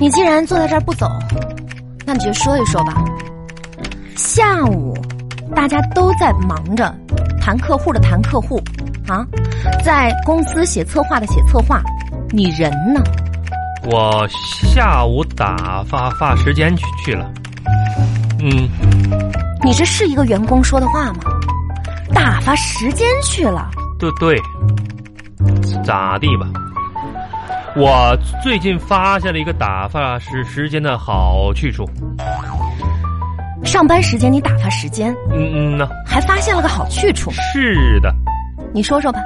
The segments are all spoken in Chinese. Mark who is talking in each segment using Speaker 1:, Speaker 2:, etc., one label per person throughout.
Speaker 1: 你既然坐在这儿不走，那你就说一说吧。下午大家都在忙着谈客户的谈客户啊，在公司写策划的写策划，你人呢？
Speaker 2: 我下午打发发时间去去了。嗯，
Speaker 1: 你这是一个员工说的话吗？打发时间去了，
Speaker 2: 对对，咋地吧？我最近发现了一个打发时时间的好去处。
Speaker 1: 上班时间你打发时间，
Speaker 2: 嗯嗯呐，
Speaker 1: 还发现了个好去处，
Speaker 2: 是的，
Speaker 1: 你说说吧，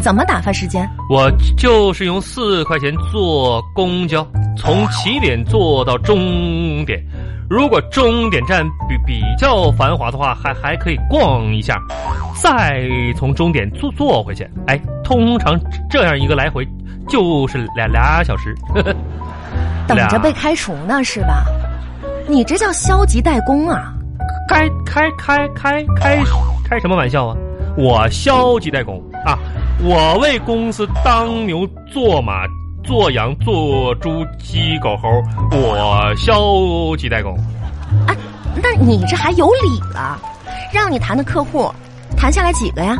Speaker 1: 怎么打发时间？
Speaker 2: 我就是用四块钱坐公交，从起点坐到终点。如果终点站比比较繁华的话，还还可以逛一下，再从终点坐坐回去。哎，通常这样一个来回就是俩俩小时。呵呵
Speaker 1: 等
Speaker 2: 俩
Speaker 1: 着被开除呢是吧？你这叫消极怠工啊！
Speaker 2: 开开开开开开什么玩笑啊！我消极怠工啊！我为公司当牛做马做羊做猪鸡狗猴，我消极怠工。
Speaker 1: 哎，那你这还有理了？让你谈的客户，谈下来几个呀？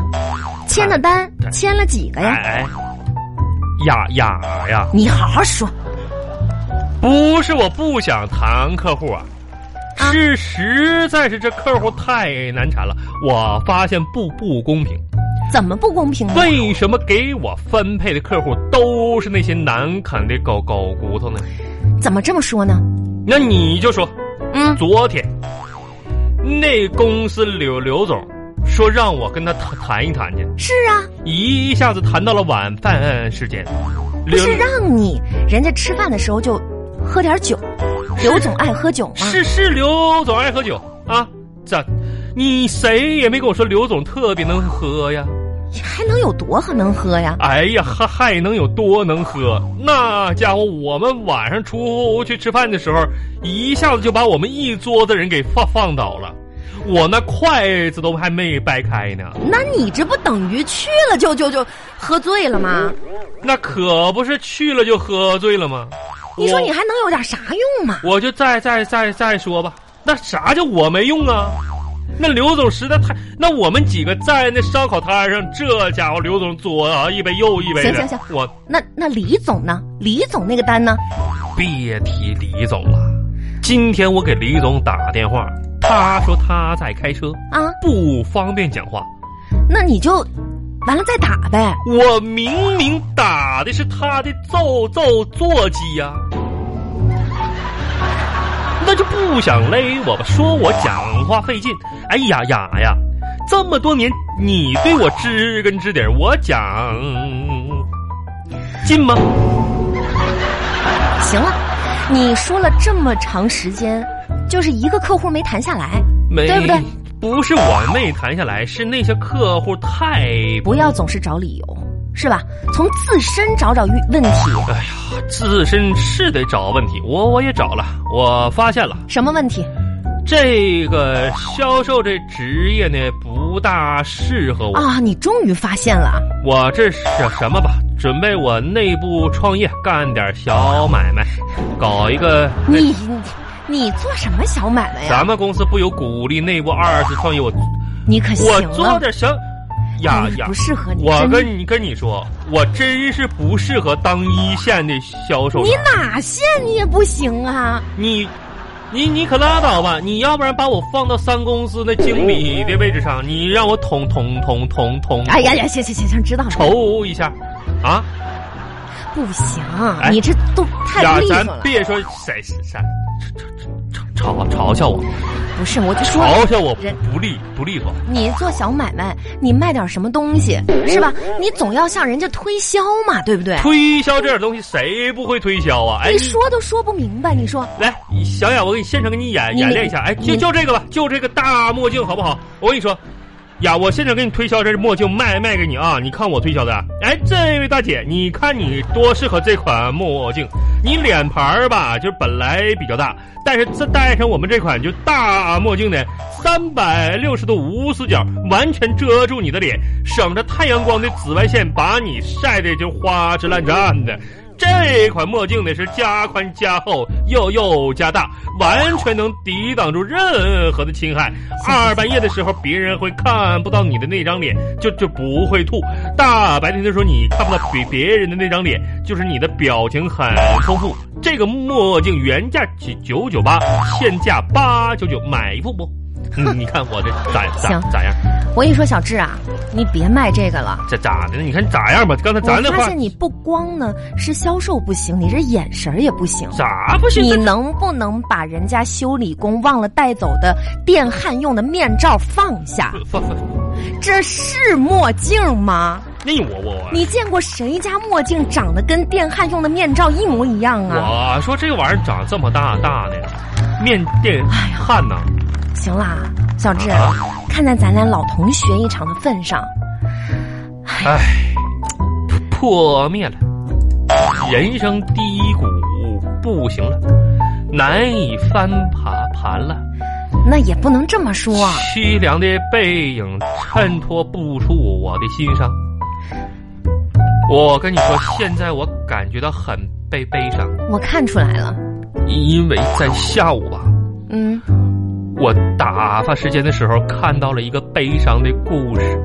Speaker 1: 签的单
Speaker 2: 哎
Speaker 1: 签了几个
Speaker 2: 哎
Speaker 1: 呀？
Speaker 2: 哎，呀呀呀！
Speaker 1: 你好好说，
Speaker 2: 不是我不想谈客户啊，
Speaker 1: 啊
Speaker 2: 是实在是这客户太难缠了。我发现不不公平，
Speaker 1: 怎么不公平呢？
Speaker 2: 为什么给我分配的客户都是那些难啃的狗狗骨头呢？
Speaker 1: 怎么这么说呢？
Speaker 2: 那你就说，
Speaker 1: 嗯，
Speaker 2: 昨天那公司刘刘总说让我跟他谈谈一谈去，
Speaker 1: 是啊，
Speaker 2: 一下子谈到了晚饭时间。
Speaker 1: 不
Speaker 2: 刘啊
Speaker 1: 是让你人家吃饭的时候就喝点酒，刘总爱喝酒吗？
Speaker 2: 是是刘总爱喝酒啊，咋？你谁也没跟我说刘总特别能喝呀？
Speaker 1: 还能有多能喝呀？
Speaker 2: 哎呀，还还能有多能喝？那家伙，我们晚上出去吃饭的时候，一下子就把我们一桌子人给放放倒了，我那筷子都还没掰开呢。
Speaker 1: 那你这不等于去了就就就喝醉了吗？
Speaker 2: 那可不是去了就喝醉了吗？
Speaker 1: 你说你
Speaker 2: 我
Speaker 1: 还能有点啥用嘛？
Speaker 2: 我就再再再再说吧。那啥叫我没用啊？那刘总实在太……那我们几个在那烧烤摊上，这家伙刘总左啊一杯右一杯的。
Speaker 1: 行行行
Speaker 2: 我
Speaker 1: 那那李总呢？李总那个单呢？
Speaker 2: 别提李总了。今天我给李总打电话，他说他在开车，
Speaker 1: 啊，
Speaker 2: 不方便讲话。
Speaker 1: 那你就完了再打呗。
Speaker 2: 我明明打的是他的奏奏座机呀、那就不想勒我吧，说我讲话费劲。哎呀呀呀，这么多年你对我知根知底儿，我讲进吗？
Speaker 1: 行了，你说了这么长时间，就是一个客户没谈下来，
Speaker 2: 没
Speaker 1: 对不对？
Speaker 2: 不是我没谈下来，是那些客户太
Speaker 1: 不要总是找理由，是吧？从自身找找问题，
Speaker 2: 哎自身是得找问题，我我也找了，我发现了。
Speaker 1: 什么问题？
Speaker 2: 这个销售这职业呢，不大适合我。
Speaker 1: 啊，你终于发现了，
Speaker 2: 我这是什么吧？准备我内部创业，干点小买卖，搞一个。
Speaker 1: 你你你做什么小买卖呀？
Speaker 2: 咱们公司不有鼓励内部二次创业？我
Speaker 1: 你可行
Speaker 2: 我做
Speaker 1: 了，
Speaker 2: 点小，呀
Speaker 1: 哎你
Speaker 2: 呀
Speaker 1: 不！适合你。
Speaker 2: 我
Speaker 1: 真的
Speaker 2: 跟你跟你说，我真是不适合当一线的销售
Speaker 1: 你
Speaker 2: 员。
Speaker 1: 哪线你也不行啊！
Speaker 2: 你，你你可拉倒吧！你要不然把我放到三公司的经理的位置上，你让我捅捅捅捅捅，
Speaker 1: 哎呀呀，行行行行，知道了，
Speaker 2: 瞅一下，啊
Speaker 1: 不行，
Speaker 2: 哎
Speaker 1: 你这都
Speaker 2: 呀
Speaker 1: 太利，索
Speaker 2: 咱
Speaker 1: 了。
Speaker 2: 别说谁谁谁嘲嘲嘲嘲嘲笑我，
Speaker 1: 不是，我就说
Speaker 2: 嘲笑我
Speaker 1: 人
Speaker 2: 不利不利索。
Speaker 1: 你做小买卖，你卖点什么东西是吧？你总要向人家推销嘛，对不对？
Speaker 2: 推销这点东西谁不会推销啊？哎，
Speaker 1: 你说都说不明白，你说
Speaker 2: 来，小雅，我给你现场给你演
Speaker 1: 你
Speaker 2: 演练一下。哎，就
Speaker 1: 你
Speaker 2: 就这个吧，就这个大墨镜好不好？我跟你说，呀，我现场给你推销这墨镜，卖卖给你啊！你看我推销的啊，哎，这位大姐，你看你多适合这款墨镜。你脸盘儿吧，就是本来比较大，但是这戴上我们这款就大墨镜呢，三百六十度无死角，完全遮住你的脸，省着太阳光的紫外线把你晒得就花枝乱颤的。这款墨镜呢是加宽加厚又又加大，完全能抵挡住任何的侵害。二半夜的时候，别人会看不到你的那张脸，就就不会吐；大白天的时候，你看不到别别人的那张脸，就是你的表情很丰富。这个墨镜原价九九九八，现价八九九，买一副不？嗯你看我这咋咋
Speaker 1: 行
Speaker 2: 咋样？
Speaker 1: 我跟你说，小志啊，你别卖这个了。
Speaker 2: 咋咋的呢？你看咋样吧？刚才咱
Speaker 1: 我
Speaker 2: 那
Speaker 1: 发
Speaker 2: 话
Speaker 1: 现你不光呢是销售不行，你这眼神儿也不行。
Speaker 2: 咋不行？
Speaker 1: 你能不能把人家修理工忘了带走的电焊用的面罩放下？
Speaker 2: 放放，
Speaker 1: 这是墨镜吗？
Speaker 2: 那我我我
Speaker 1: 你见过谁家墨镜长得跟电焊用的面罩一模一样啊？
Speaker 2: 我说这个玩意儿长这么大大的，面电焊呐
Speaker 1: 行啦，小志，
Speaker 2: 啊！
Speaker 1: 看在咱俩老同学一场的份上，
Speaker 2: 唉，破灭了，人生低谷不行了，难以翻爬盘了。
Speaker 1: 那也不能这么说。啊
Speaker 2: 凄凉的背影衬托不出我的心伤。我跟你说，现在我感觉到很悲悲伤，
Speaker 1: 我看出来了，
Speaker 2: 因为在下午吧，
Speaker 1: 嗯，
Speaker 2: 我打发时间的时候看到了一个悲伤的故事。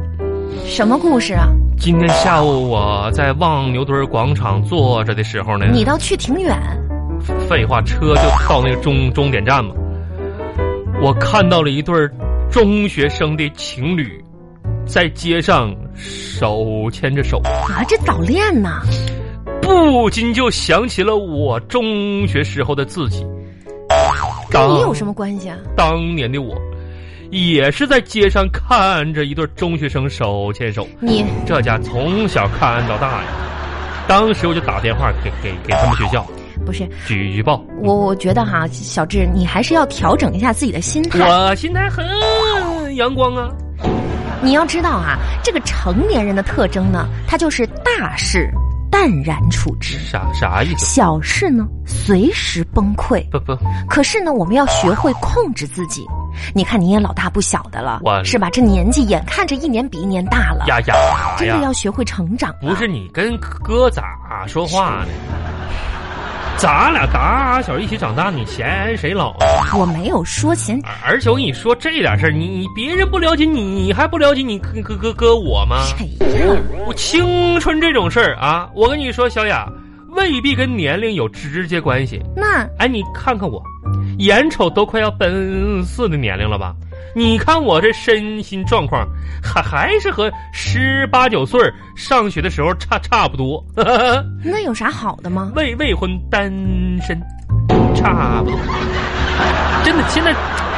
Speaker 1: 什么故事啊？
Speaker 2: 今天下午我在望牛墩广场坐着的时候呢，
Speaker 1: 你倒去挺远，
Speaker 2: 废话，车就到那个终终点站嘛。我看到了一对儿中学生的情侣，在街上手牵着手，
Speaker 1: 啊，这早恋呐！
Speaker 2: 不禁就想起了我中学时候的自己。
Speaker 1: 跟
Speaker 2: 当
Speaker 1: 你有什么关系啊？
Speaker 2: 当年的我，也是在街上看着一对儿中学生手牵手，
Speaker 1: 你
Speaker 2: 这家从小看到大呀。当时我就打电话给给给他们学校
Speaker 1: 不是
Speaker 2: 举报，
Speaker 1: 我，我觉得哈，小志，你还是要调整一下自己的心态。
Speaker 2: 我心态很阳光啊。
Speaker 1: 你要知道啊，这个成年人的特征呢，他就是大事淡然处之，
Speaker 2: 啥啥意思？
Speaker 1: 小事呢随时崩溃。
Speaker 2: 不不，
Speaker 1: 可是呢，我们要学会控制自己。你看，你也老大不小的了
Speaker 2: 我，
Speaker 1: 是吧？这年纪眼看着一年比一年大了，
Speaker 2: 呀呀
Speaker 1: 真的
Speaker 2: 呀！
Speaker 1: 要学会成长啊。
Speaker 2: 不是你跟哥咋说话呢？咱俩打小一起长大，你嫌谁老啊？
Speaker 1: 我没有说嫌
Speaker 2: 而且我跟你说这点事儿，你你别人不了解你，你还不了解你哥哥哥哥我 吗？
Speaker 1: 谁呀，
Speaker 2: 我青春这种事儿啊，我跟你说，小雅未必跟年龄有直接关系。
Speaker 1: 那
Speaker 2: 哎，你看看我，眼瞅都快要奔四的年龄了吧？你看我这身心状况，还还是和十八九岁儿上学的时候差差不多，
Speaker 1: 那有啥好的吗？
Speaker 2: 未未婚单身，差不多。真的，现在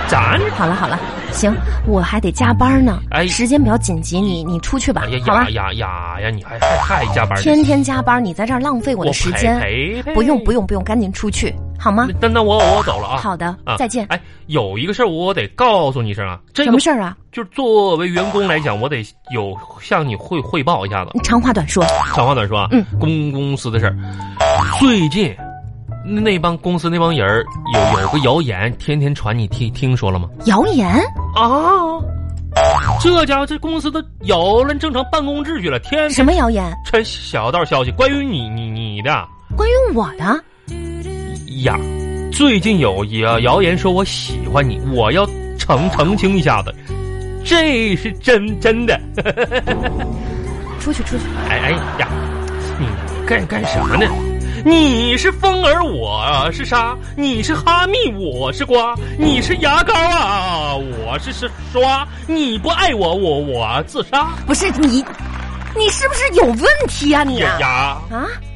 Speaker 2: 咱
Speaker 1: 好了好了，行，我还得加班呢，
Speaker 2: 哎
Speaker 1: 时间比较紧急，你你出去吧
Speaker 2: 哎，呀
Speaker 1: 好吧
Speaker 2: 呀？呀呀呀，你还还还加班呢？
Speaker 1: 天天加班，你在这儿浪费我
Speaker 2: 我
Speaker 1: 的时间，
Speaker 2: 陪陪
Speaker 1: 不用不用不用，赶紧出去好吗
Speaker 2: 那？那那我我走了啊。
Speaker 1: 好的
Speaker 2: 啊，
Speaker 1: 再见。
Speaker 2: 哎，有一个事儿我得告诉你一声啊，这
Speaker 1: 什
Speaker 2: 个
Speaker 1: 么事儿啊？
Speaker 2: 就是作为员工来讲，我得有向你汇汇报一下子。
Speaker 1: 你长话短说，
Speaker 2: 长话短说啊，
Speaker 1: 嗯，
Speaker 2: 公公司的事儿，最近那帮公司那帮人儿有有个谣言，天天传，你听听说了吗？
Speaker 1: 谣言
Speaker 2: 啊，这家伙这公司都扰乱正常办公秩序了，天
Speaker 1: 什
Speaker 2: 天
Speaker 1: 么谣言？
Speaker 2: 传小道消息，关于你你你的
Speaker 1: 关于我的？
Speaker 2: 呀，最近有谣谣言说我喜欢你，我要澄澄清一下子，这是真真的。
Speaker 1: 出去出去！
Speaker 2: 哎哎呀，你干干什么呢？你是风儿，我是沙；你是哈密，我是瓜；你是牙膏啊，我是是刷。你不爱我，我我自杀。
Speaker 1: 不是你，你是不是有问题啊你
Speaker 2: 呀
Speaker 1: 啊？
Speaker 2: 呀，
Speaker 1: 啊，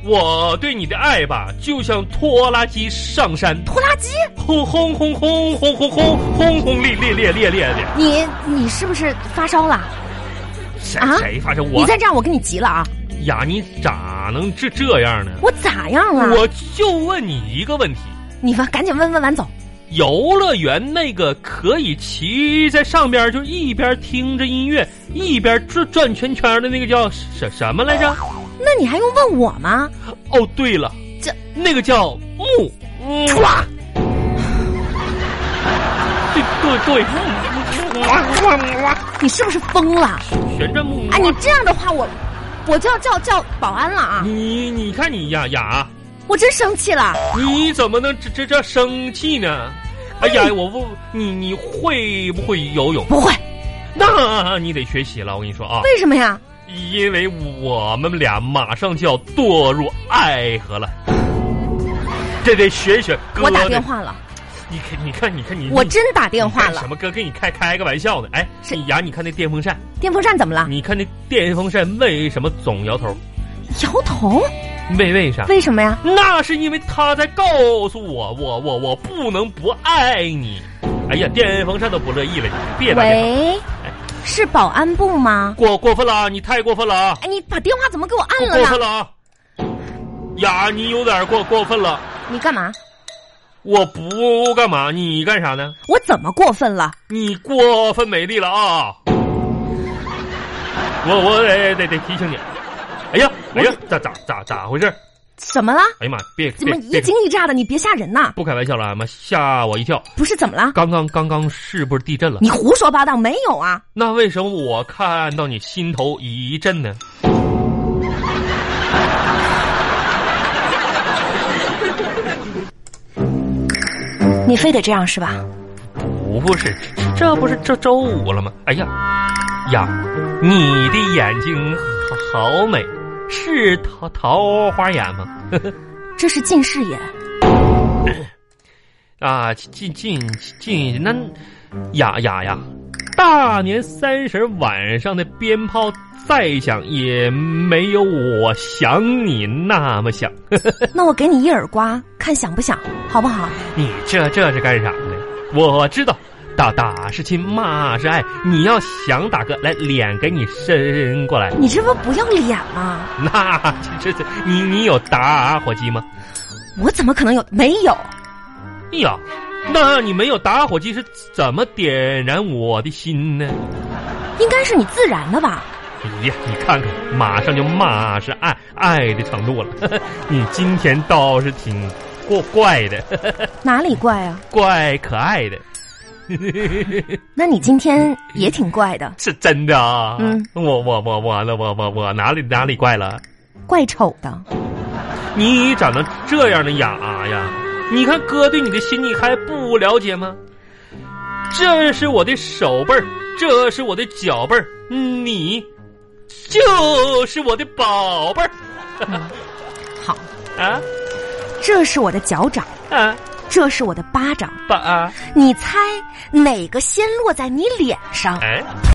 Speaker 2: 我对你的爱吧，就像拖拉机上山，
Speaker 1: 拖拉机，
Speaker 2: 轰轰轰轰轰轰轰轰轰烈烈烈烈烈烈。
Speaker 1: 你你是不是发烧了？
Speaker 2: 谁
Speaker 1: 啊
Speaker 2: 谁发生
Speaker 1: 你
Speaker 2: 我
Speaker 1: 再这样，我跟你急了啊！
Speaker 2: 呀？你咋能这这样呢？
Speaker 1: 我咋样了？
Speaker 2: 我就问你一个问题。
Speaker 1: 你吧，赶紧问问完走。
Speaker 2: 游乐园那个可以骑在上边儿，就一边听着音乐一边转转圈圈儿的那个叫什什么来着？
Speaker 1: 那你还用问我吗？
Speaker 2: 哦，对了，
Speaker 1: 这
Speaker 2: 那个叫木嗯
Speaker 1: 唰
Speaker 2: 对对对，木木木木木木
Speaker 1: 你是不是疯了？啊
Speaker 2: 旋转木
Speaker 1: 哎，你这样的话，我我就要叫叫保安了啊！
Speaker 2: 你你看你呀雅，
Speaker 1: 我真生气了，
Speaker 2: 你怎么能这这这生气呢？哎呀，我问你，你会不会游泳？
Speaker 1: 不会，
Speaker 2: 那你得学习了，我跟你说啊，
Speaker 1: 为什么呀？
Speaker 2: 因为我们俩马上就要堕入爱河了，这得学学哥。
Speaker 1: 我打电，话了，
Speaker 2: 你看，你看，你看，你
Speaker 1: 我真打电
Speaker 2: 你
Speaker 1: 话
Speaker 2: 看
Speaker 1: 了
Speaker 2: 什。么哥跟你开开个玩笑呢？哎，
Speaker 1: 是
Speaker 2: 你呀，你看那电风扇，
Speaker 1: 电风扇怎么了？
Speaker 2: 你看那电风扇为什么总摇头？
Speaker 1: 摇头？
Speaker 2: 为为啥？
Speaker 1: 为什么呀？
Speaker 2: 那是因为他在告诉我，我我我不能不爱你。哎呀，电风扇都不乐意了，你别打电话，哎
Speaker 1: 喂，是保安部吗？
Speaker 2: 过过分了啊！你太过分了啊！
Speaker 1: 哎，你把电话怎么给我按
Speaker 2: 过
Speaker 1: 哎了
Speaker 2: 过分
Speaker 1: 呢？
Speaker 2: 了啊！呀，你有点过过分了。
Speaker 1: 你干嘛？
Speaker 2: 我不干嘛，你干啥呢？
Speaker 1: 我怎么过分了？
Speaker 2: 你过分美丽了啊！我我得得得提醒你。哎呀哎呀，咋咋咋咋回事？
Speaker 1: 怎么了？
Speaker 2: 哎呀妈，别
Speaker 1: 怎么
Speaker 2: 别
Speaker 1: 一
Speaker 2: 别！
Speaker 1: 惊一乍的？你别吓人呐！
Speaker 2: 不开玩笑了啊妈，吓我一跳！
Speaker 1: 不是怎么了？
Speaker 2: 刚刚刚刚是不是地震了？
Speaker 1: 你胡说八道，没有啊？
Speaker 2: 那为什么我看到你心头一震呢？
Speaker 1: 你非得这样是吧？
Speaker 2: 不不是，这这不是这周五了吗？哎呀呀，你的眼睛好好美，是桃桃花眼吗？
Speaker 1: 这是近视眼，
Speaker 2: 啊，进进进，那呀呀呀！大年三十晚上的鞭炮再响，也没有我想你那么响。
Speaker 1: 那我给你一耳刮，看响不响，好不好？
Speaker 2: 你这这是干啥呢？我知道，打打是亲，骂是爱。你要想打哥，来脸给你伸过来。
Speaker 1: 你这不不要脸吗？
Speaker 2: 那这这，你你有打火机吗？
Speaker 1: 我怎么可能有？没有，
Speaker 2: 哎呀，那你没有打火机是怎么点燃我的心呢？
Speaker 1: 应该是你自燃的吧？
Speaker 2: 哎呀，你看看，马上就骂是爱爱的程度了。你今天倒是挺过怪的，
Speaker 1: 哪里怪啊？
Speaker 2: 怪可爱的，
Speaker 1: 那你今天也挺怪的，
Speaker 2: 是真的啊。
Speaker 1: 嗯，
Speaker 2: 我我我我了，我我我哪里哪里怪了？
Speaker 1: 怪丑的。
Speaker 2: 你长得这样的雅呀，你看哥对你的心你还不了解吗？这是我的手背儿，这是我的脚背儿，你就是我的宝贝儿
Speaker 1: 好，
Speaker 2: 啊
Speaker 1: 这是我的脚掌，
Speaker 2: 啊，
Speaker 1: 这是我的巴掌，
Speaker 2: 爸啊，
Speaker 1: 你猜哪个先落在你脸上？
Speaker 2: 哎。